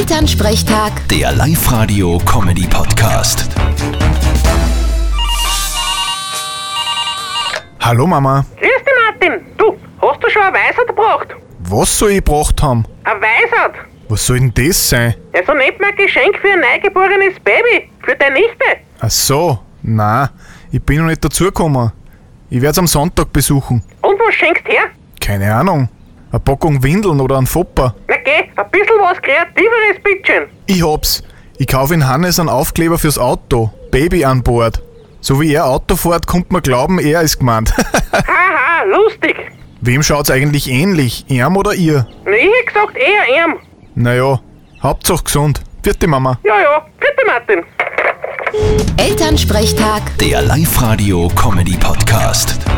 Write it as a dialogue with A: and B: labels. A: Elternsprechtag,
B: Der Live-Radio-Comedy-Podcast.
C: Hallo Mama,
D: Grüß dich, Martin. Du, hast du schon eine Weisheit gebracht?
C: was soll ich gebracht haben?
D: Eine Weisheit?
C: Was soll denn das sein?
D: Ja, so nennt man ein Geschenk für ein neugeborenes Baby, für deine Nichte.
C: Ach so, na, ich bin noch nicht dazugekommen. Ich werde es am Sonntag besuchen.
D: Und was schenkst her?
C: Keine Ahnung. Eine Packung Windeln oder ein Fopper.
D: Na geh, ein bisschen was Kreativeres, bitteschön.
C: Ich hab's. Ich kaufe in Hannes einen Aufkleber fürs Auto. Baby an Bord. So wie er Auto fährt, kommt man glauben, er ist gemeint.
D: Haha, lustig.
C: Wem schaut's eigentlich ähnlich? Ihm oder ihr?
D: Na, ich hätte gesagt eher ihm.
C: Naja, Hauptsache gesund. Vierte Mama.
D: Ja, ja, bitte, Martin.
A: Elternsprechtag.
B: Der Live-Radio-Comedy-Podcast.